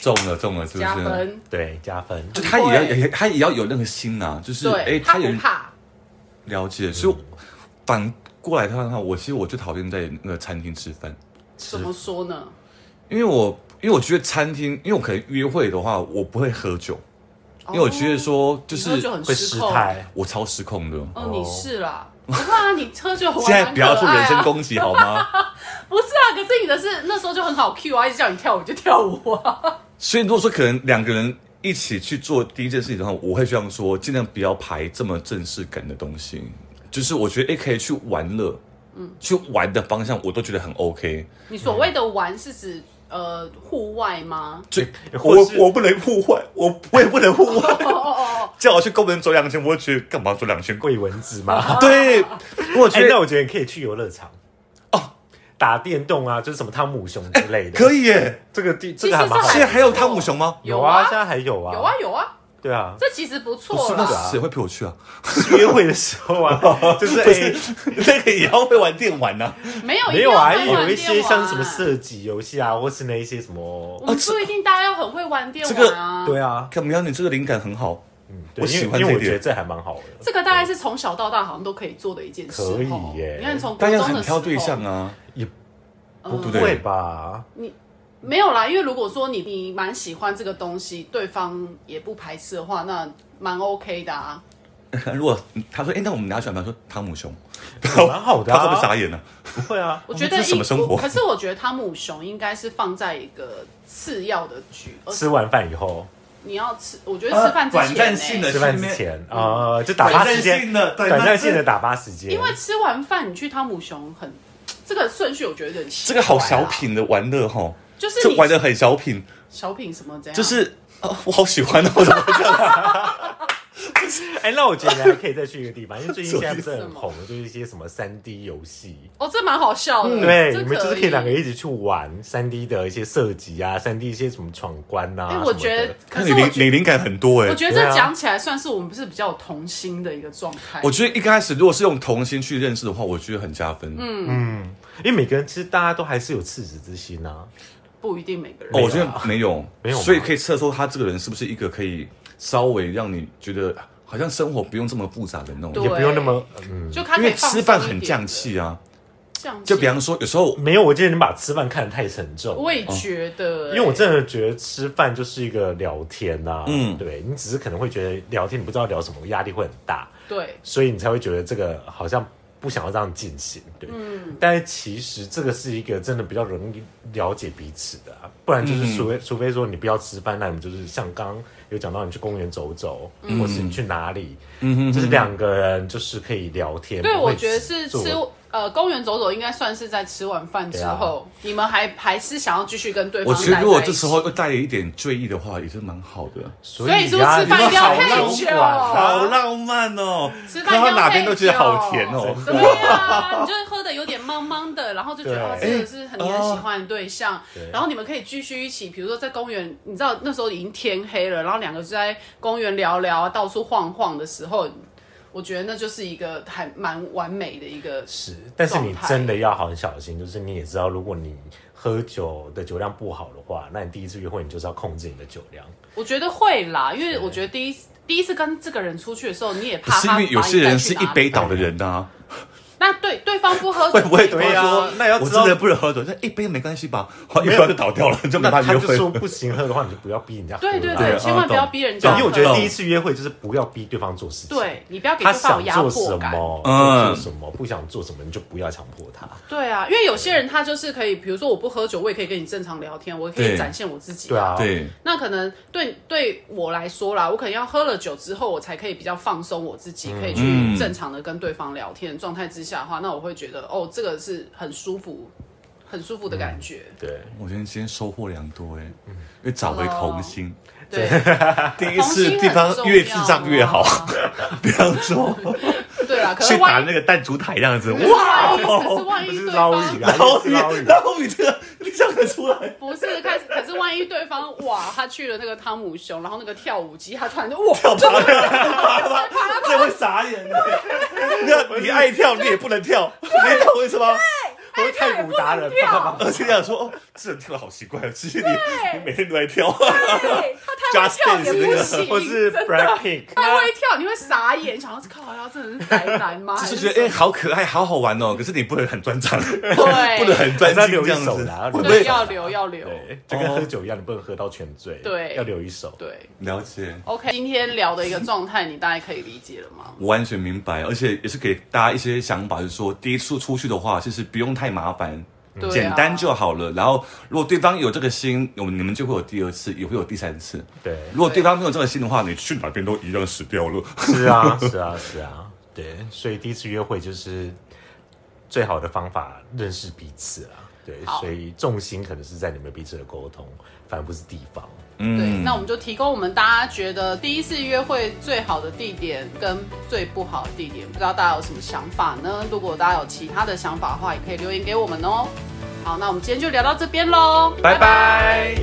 Speaker 3: 中了中了，是不
Speaker 2: 加
Speaker 3: 是？
Speaker 2: 分，
Speaker 4: 对，加分。
Speaker 3: 就他也要
Speaker 2: 对
Speaker 3: 也他也要有那个心啊，就是哎、
Speaker 2: 对，
Speaker 3: 他
Speaker 2: 不
Speaker 3: 也
Speaker 2: 怕，
Speaker 3: 了解。所以我反过来看的话，我其实我最讨厌在那个餐厅吃饭，
Speaker 2: 怎么说呢？
Speaker 3: 因为我因为我觉得餐厅，因为我可能约会的话，我不会喝酒，因为我觉得说就
Speaker 2: 就是就很
Speaker 4: 会
Speaker 2: 失
Speaker 4: 失
Speaker 2: 控。
Speaker 4: 态，
Speaker 3: 我超失控的。
Speaker 2: 哦，你是啦，不是啊，你喝酒玩
Speaker 3: 现在不要做人身
Speaker 2: 功。
Speaker 3: 攻击好吗？
Speaker 2: 不是啊，可是你的是那时候就很好 Q 啊，一直叫你跳舞就跳舞啊。
Speaker 3: 所以如果说可能两个人一起去做第一件事情的话，我会这样说，尽量不要排这么正式感的东西。就是我觉得诶可以去玩乐，嗯，去玩的方向我都觉得很 OK。
Speaker 2: 你所谓的玩是指呃户外吗？
Speaker 3: 就
Speaker 4: 或
Speaker 3: 我
Speaker 4: 是
Speaker 3: 我不能户外，我我也不能户外。
Speaker 2: 哦哦哦，
Speaker 3: 叫我去公园走两圈，我会觉得干嘛走两圈？
Speaker 4: 贵蚊子
Speaker 3: 哦
Speaker 4: 嘛。
Speaker 2: 啊
Speaker 3: 对，我觉
Speaker 4: 哎、那
Speaker 3: 得
Speaker 4: 我觉得你可以去游乐场
Speaker 3: 哦，
Speaker 4: 打电动啊，就是什么汤姆熊之类的。
Speaker 3: 可，以耶。
Speaker 4: 这个地
Speaker 2: 其
Speaker 4: 这
Speaker 2: 实
Speaker 4: 个还蛮好
Speaker 2: 是
Speaker 3: 现
Speaker 4: 的。
Speaker 3: 在还有汤姆熊吗？
Speaker 2: 有
Speaker 4: 啊，
Speaker 2: 啊
Speaker 4: 现在还有啊，
Speaker 2: 有啊，有啊，
Speaker 4: 对啊，
Speaker 2: 这其实不
Speaker 3: 不是
Speaker 2: 错，啦。
Speaker 3: 那谁会陪我去啊？
Speaker 4: 约会的时候 啊，就是哎、
Speaker 3: 那个也要会玩电玩呐。
Speaker 2: 没有
Speaker 4: 没有啊，
Speaker 2: 一定要会
Speaker 4: 有
Speaker 2: 玩电
Speaker 4: 一些
Speaker 2: 玩
Speaker 4: 像什么射击游戏啊，或是那一些什么
Speaker 2: 我，们不一定大家要很会玩电
Speaker 3: 这
Speaker 2: 玩啊。
Speaker 4: 对啊，
Speaker 3: 看苗，你这个灵感很好。
Speaker 4: 对
Speaker 3: 我喜欢
Speaker 4: 因为因为
Speaker 3: 这一
Speaker 4: 我觉
Speaker 3: 点
Speaker 4: 得这还蛮好的。
Speaker 2: 这个大概是从小到大好像都可以做的一件事哦。
Speaker 4: 可以耶
Speaker 2: 你看从国
Speaker 3: 大
Speaker 2: 中的
Speaker 3: 家
Speaker 2: 时
Speaker 3: 很
Speaker 2: 候哦
Speaker 3: 挑对象啊，
Speaker 4: 不
Speaker 3: 对不
Speaker 4: 会
Speaker 3: 对
Speaker 4: 吧？
Speaker 2: 没有啦，因为如果说你你蛮喜欢这个东西，对方也不排斥的话，那蛮 OK 的啊。
Speaker 3: 如果他说，哎、那我们拿出来，比方说汤姆 熊，
Speaker 4: 蛮好的啊
Speaker 3: 他会不会傻眼呢、
Speaker 4: 不会啊，
Speaker 2: 我觉得
Speaker 3: 哦这是什么生活
Speaker 2: 一可是我觉得汤姆熊应该是放在一个次要的局，而
Speaker 4: 吃完饭以后，
Speaker 2: 你要吃，我觉得
Speaker 4: 呃
Speaker 2: 吃饭之前、欸
Speaker 3: 短暂性的
Speaker 4: 吃饭之前啊、呃就打发时间，
Speaker 3: 的，
Speaker 4: 呃短暂性的打发时间，
Speaker 2: 因为吃完饭你去汤姆熊很，这个顺序我觉得有点奇
Speaker 3: 这
Speaker 2: 怪
Speaker 3: 个
Speaker 2: 啊
Speaker 3: 好小，品的玩乐哈，
Speaker 2: 就是
Speaker 3: 这
Speaker 2: 你啊
Speaker 3: 玩的很小品，
Speaker 2: 小品什么这样，
Speaker 3: 就是哦，我好喜欢哦，怎么会这样？
Speaker 4: 哎、那我觉得你还可以再去一个地方，因为 最近现在不
Speaker 2: 什
Speaker 4: 是很
Speaker 2: 么
Speaker 4: 红，就是一些什么三 D 游戏。
Speaker 2: 哦，这蛮好笑的，
Speaker 4: 对，
Speaker 2: 这
Speaker 4: 嗯你们就是可以两个一起去玩三 D 的一些设计啊，三 D 一些什么闯关啊。
Speaker 2: 哎、
Speaker 4: 什么
Speaker 2: 我
Speaker 4: 的
Speaker 2: 觉得，可
Speaker 3: 看
Speaker 2: 是
Speaker 3: 你
Speaker 2: 我
Speaker 3: 灵
Speaker 2: 觉
Speaker 3: 你灵感很多哎、
Speaker 2: 我觉得
Speaker 4: 对啊
Speaker 2: 这讲起来算是我们不是比较有童心的一个状态，
Speaker 3: 我觉得一开始如果是用童心去认识的话，我觉得很加分。嗯，
Speaker 4: 因为每个人其实大家都还是有赤子之心啊。
Speaker 2: 不一定每个人
Speaker 3: 哦，
Speaker 2: 有
Speaker 3: 我觉得没有，
Speaker 4: 没有吗
Speaker 3: 所以可以测出他这个人是不是一个可以稍微让你觉得好像生活不用这么复杂的那种人，
Speaker 4: 也
Speaker 2: 对
Speaker 4: 不用那么，嗯，
Speaker 2: 就他
Speaker 3: 因
Speaker 2: 可以
Speaker 3: 为
Speaker 2: 放
Speaker 3: 吃饭
Speaker 2: 松一
Speaker 3: 很
Speaker 2: 点
Speaker 3: 降
Speaker 2: 的，嗯
Speaker 3: 气啊。
Speaker 2: 降气
Speaker 3: 就比方哦说，有时候
Speaker 4: 没有。我觉得你把吃饭看得太沉重，
Speaker 2: 我也觉得、欸
Speaker 4: 因为我真的觉得吃饭就是一个聊天啊，嗯，
Speaker 3: 嗯
Speaker 4: 对你只是可能会觉得聊天你不知道聊什么，压力会很大，
Speaker 2: 对
Speaker 4: 所以你才会觉得这个好像不想要这样进行，对。
Speaker 2: 嗯
Speaker 4: 但是其实这个是一个真的比较容易了解彼此的、啊，不然就是除非、除非说你不要吃饭，那你们就是像刚刚有讲到你去公园走走，或是你去哪里，就是两个人就是可以聊天。
Speaker 2: 对，
Speaker 4: 不会
Speaker 2: 我觉得
Speaker 4: 只
Speaker 2: 是
Speaker 4: 做啊
Speaker 2: 吃呃公园走走，应该算是在吃完饭之后，你们还还是想要继续跟对方
Speaker 3: 我
Speaker 2: 待
Speaker 3: 觉得如果
Speaker 2: 在一
Speaker 3: 这
Speaker 2: 起
Speaker 3: 时候 又带一点醉意的话，也是蛮好的。
Speaker 4: 所
Speaker 2: 所以是不是
Speaker 4: 啊
Speaker 2: 吃饭
Speaker 4: 你们
Speaker 2: 一定要
Speaker 4: 好
Speaker 2: 配
Speaker 4: 浪
Speaker 2: 酒
Speaker 4: 漫啊
Speaker 3: 好浪漫哦，
Speaker 2: 吃饭
Speaker 3: 看到
Speaker 2: 要
Speaker 3: 哪
Speaker 2: 配
Speaker 3: 边都觉得好甜哦
Speaker 2: 酒。对啊，你就是喝的有点茫茫的，然后就觉得
Speaker 4: 对哎
Speaker 2: 哦，这个是很你很喜欢的对象
Speaker 4: 对，
Speaker 2: 然后你们可以继续一起，比如说在公园，你知道那时候已经天黑了，然后两个就在公园聊聊啊，到处晃晃的时候。我觉得那就是一个还蛮完美的一个
Speaker 4: 是，但是你
Speaker 2: 状态
Speaker 4: 真的要很小心，就是你也知道，如果你喝酒的酒量不好的话，那你第一次约会你就是要控制你的酒量。
Speaker 2: 我觉得会啦，因为我觉得第一次第一次跟这个人出去的时候，你也
Speaker 3: 不
Speaker 2: 怕
Speaker 3: 是
Speaker 2: 他
Speaker 3: 因为有些人是一啊
Speaker 2: 把你带去哪里
Speaker 3: 杯倒的人呐、
Speaker 2: 那对对方不喝酒
Speaker 3: 会不会突
Speaker 4: 对
Speaker 3: 然
Speaker 4: 啊
Speaker 3: 说，
Speaker 4: 那要
Speaker 3: 我
Speaker 4: 知道
Speaker 3: 真的不能喝酒，就一杯没关系吧，好一
Speaker 4: 没有
Speaker 3: 杯就倒掉了，就没
Speaker 4: 那
Speaker 3: 办法
Speaker 4: 他
Speaker 3: 约
Speaker 4: 就
Speaker 3: 会。
Speaker 4: 说不行喝的话，你就不要逼人家喝啦。
Speaker 2: 对对
Speaker 3: 对
Speaker 2: 对，
Speaker 3: 啊
Speaker 2: 千万不要
Speaker 3: 懂
Speaker 2: 逼人
Speaker 4: 对
Speaker 2: 家喝。
Speaker 3: 懂
Speaker 4: 哎因为我觉得
Speaker 3: 懂
Speaker 4: 第一次约会就是不要逼对方做事情，
Speaker 2: 对你不要给
Speaker 4: 他
Speaker 2: 对方
Speaker 4: 想
Speaker 2: 有压
Speaker 4: 做什
Speaker 2: 迫感。
Speaker 4: 么
Speaker 3: 嗯
Speaker 4: 就做什么，不想做什么你就不要强迫他。
Speaker 2: 对啊，因为有些人他就是可以，比如说我不喝酒，我也可以跟你正常聊天，我也可
Speaker 3: 对
Speaker 2: 以展现我自己。
Speaker 4: 对，啊，，
Speaker 3: 对，
Speaker 2: 那可能对对我来说啦，我可能要喝了酒之后，我才可以比较放松我自
Speaker 4: 嗯
Speaker 2: 己，可以去正常的跟对方聊天状态之下的话，那我会觉得哦，这个是很舒服、很舒服的感觉。
Speaker 4: 对，
Speaker 3: 我觉得今天收获良多哎，因为找回童心，
Speaker 4: 嗯
Speaker 2: 对，
Speaker 3: 第一
Speaker 2: 同
Speaker 3: 次
Speaker 2: 心
Speaker 3: 地方
Speaker 2: 很重
Speaker 3: 越智
Speaker 2: 要
Speaker 3: 障越好，
Speaker 2: 啊。
Speaker 3: 比方说
Speaker 2: 对啦，可
Speaker 3: 去
Speaker 2: 是
Speaker 3: 打
Speaker 2: 万一
Speaker 3: 那个弹珠台这样子，
Speaker 2: 可是
Speaker 3: 哇，
Speaker 2: 万一可是万
Speaker 4: 不
Speaker 2: 一
Speaker 4: 是
Speaker 2: 对
Speaker 4: 捞
Speaker 2: 方
Speaker 4: 鱼啊，
Speaker 3: 捞
Speaker 4: 是
Speaker 3: 鱼
Speaker 4: 捞鱼，
Speaker 3: 捞鱼这个你讲得出来？
Speaker 2: 不 是开始，可是万一对方哇，他去了那个汤姆熊，然后那个跳舞机，他突然就 哇，
Speaker 3: 这会傻眼 的。那你爱跳，你也不能跳，你懂我意思吗？
Speaker 4: 我是太古达人，爸爸
Speaker 3: 而且你想说，哦，这人跳的好奇怪，其实你
Speaker 2: 对
Speaker 3: 你每天都在跳。
Speaker 2: 对他
Speaker 3: Just
Speaker 2: 太会跳
Speaker 3: Dance
Speaker 2: 也
Speaker 3: 那
Speaker 2: 不
Speaker 3: 个
Speaker 2: 行，
Speaker 4: 或是
Speaker 2: 真
Speaker 4: Black
Speaker 2: 的
Speaker 4: Pink，
Speaker 2: 太会跳，你会傻眼，想要靠，他真的是宅男吗？
Speaker 3: 就是
Speaker 2: 还
Speaker 3: 觉
Speaker 2: 什
Speaker 3: 得哎、
Speaker 2: 么
Speaker 3: 好可爱，好好玩哦。可是你不能很专长，
Speaker 2: 对
Speaker 3: 哎不能很专
Speaker 4: 还
Speaker 3: 心
Speaker 4: 是要
Speaker 3: 这
Speaker 4: 留
Speaker 3: 样
Speaker 4: 一手
Speaker 3: 子
Speaker 4: 啦。
Speaker 3: 会不
Speaker 2: 对，
Speaker 3: 会
Speaker 2: 要留要留，
Speaker 4: 对，就跟喝酒一样，你不能喝到全醉，
Speaker 2: 对
Speaker 4: 要留一手。
Speaker 2: 对。
Speaker 3: 了解？
Speaker 2: OK，今天聊的一个状态，你大概可以理解了吗？
Speaker 3: 我完全明白，而且也是给大家一些想法，就是说第一次出去的话，其实不用太麻烦。
Speaker 2: 对啊
Speaker 3: 简单就好了。然后，如果对方有这个心，我们你们就会有第二次，也会有第三次。
Speaker 4: 对，
Speaker 3: 如果对方没有这个心的话，你去哪边都一样死掉了。
Speaker 4: 是啊，是啊，是啊，对，所以第一次约会就是最好的方法认识彼此啦。对，
Speaker 2: 好
Speaker 4: 所以重心可能是在你们彼此的沟通，反而不是地方。
Speaker 2: 对，
Speaker 3: 嗯
Speaker 2: 那我们就提供我们大家觉得第一次约会最好的地点跟最不好的地点，不知道大家有什么想法呢？如果大家有其他的想法的话，也可以留言给我们哦。好，那我们今天就聊到这边喽，
Speaker 3: 拜拜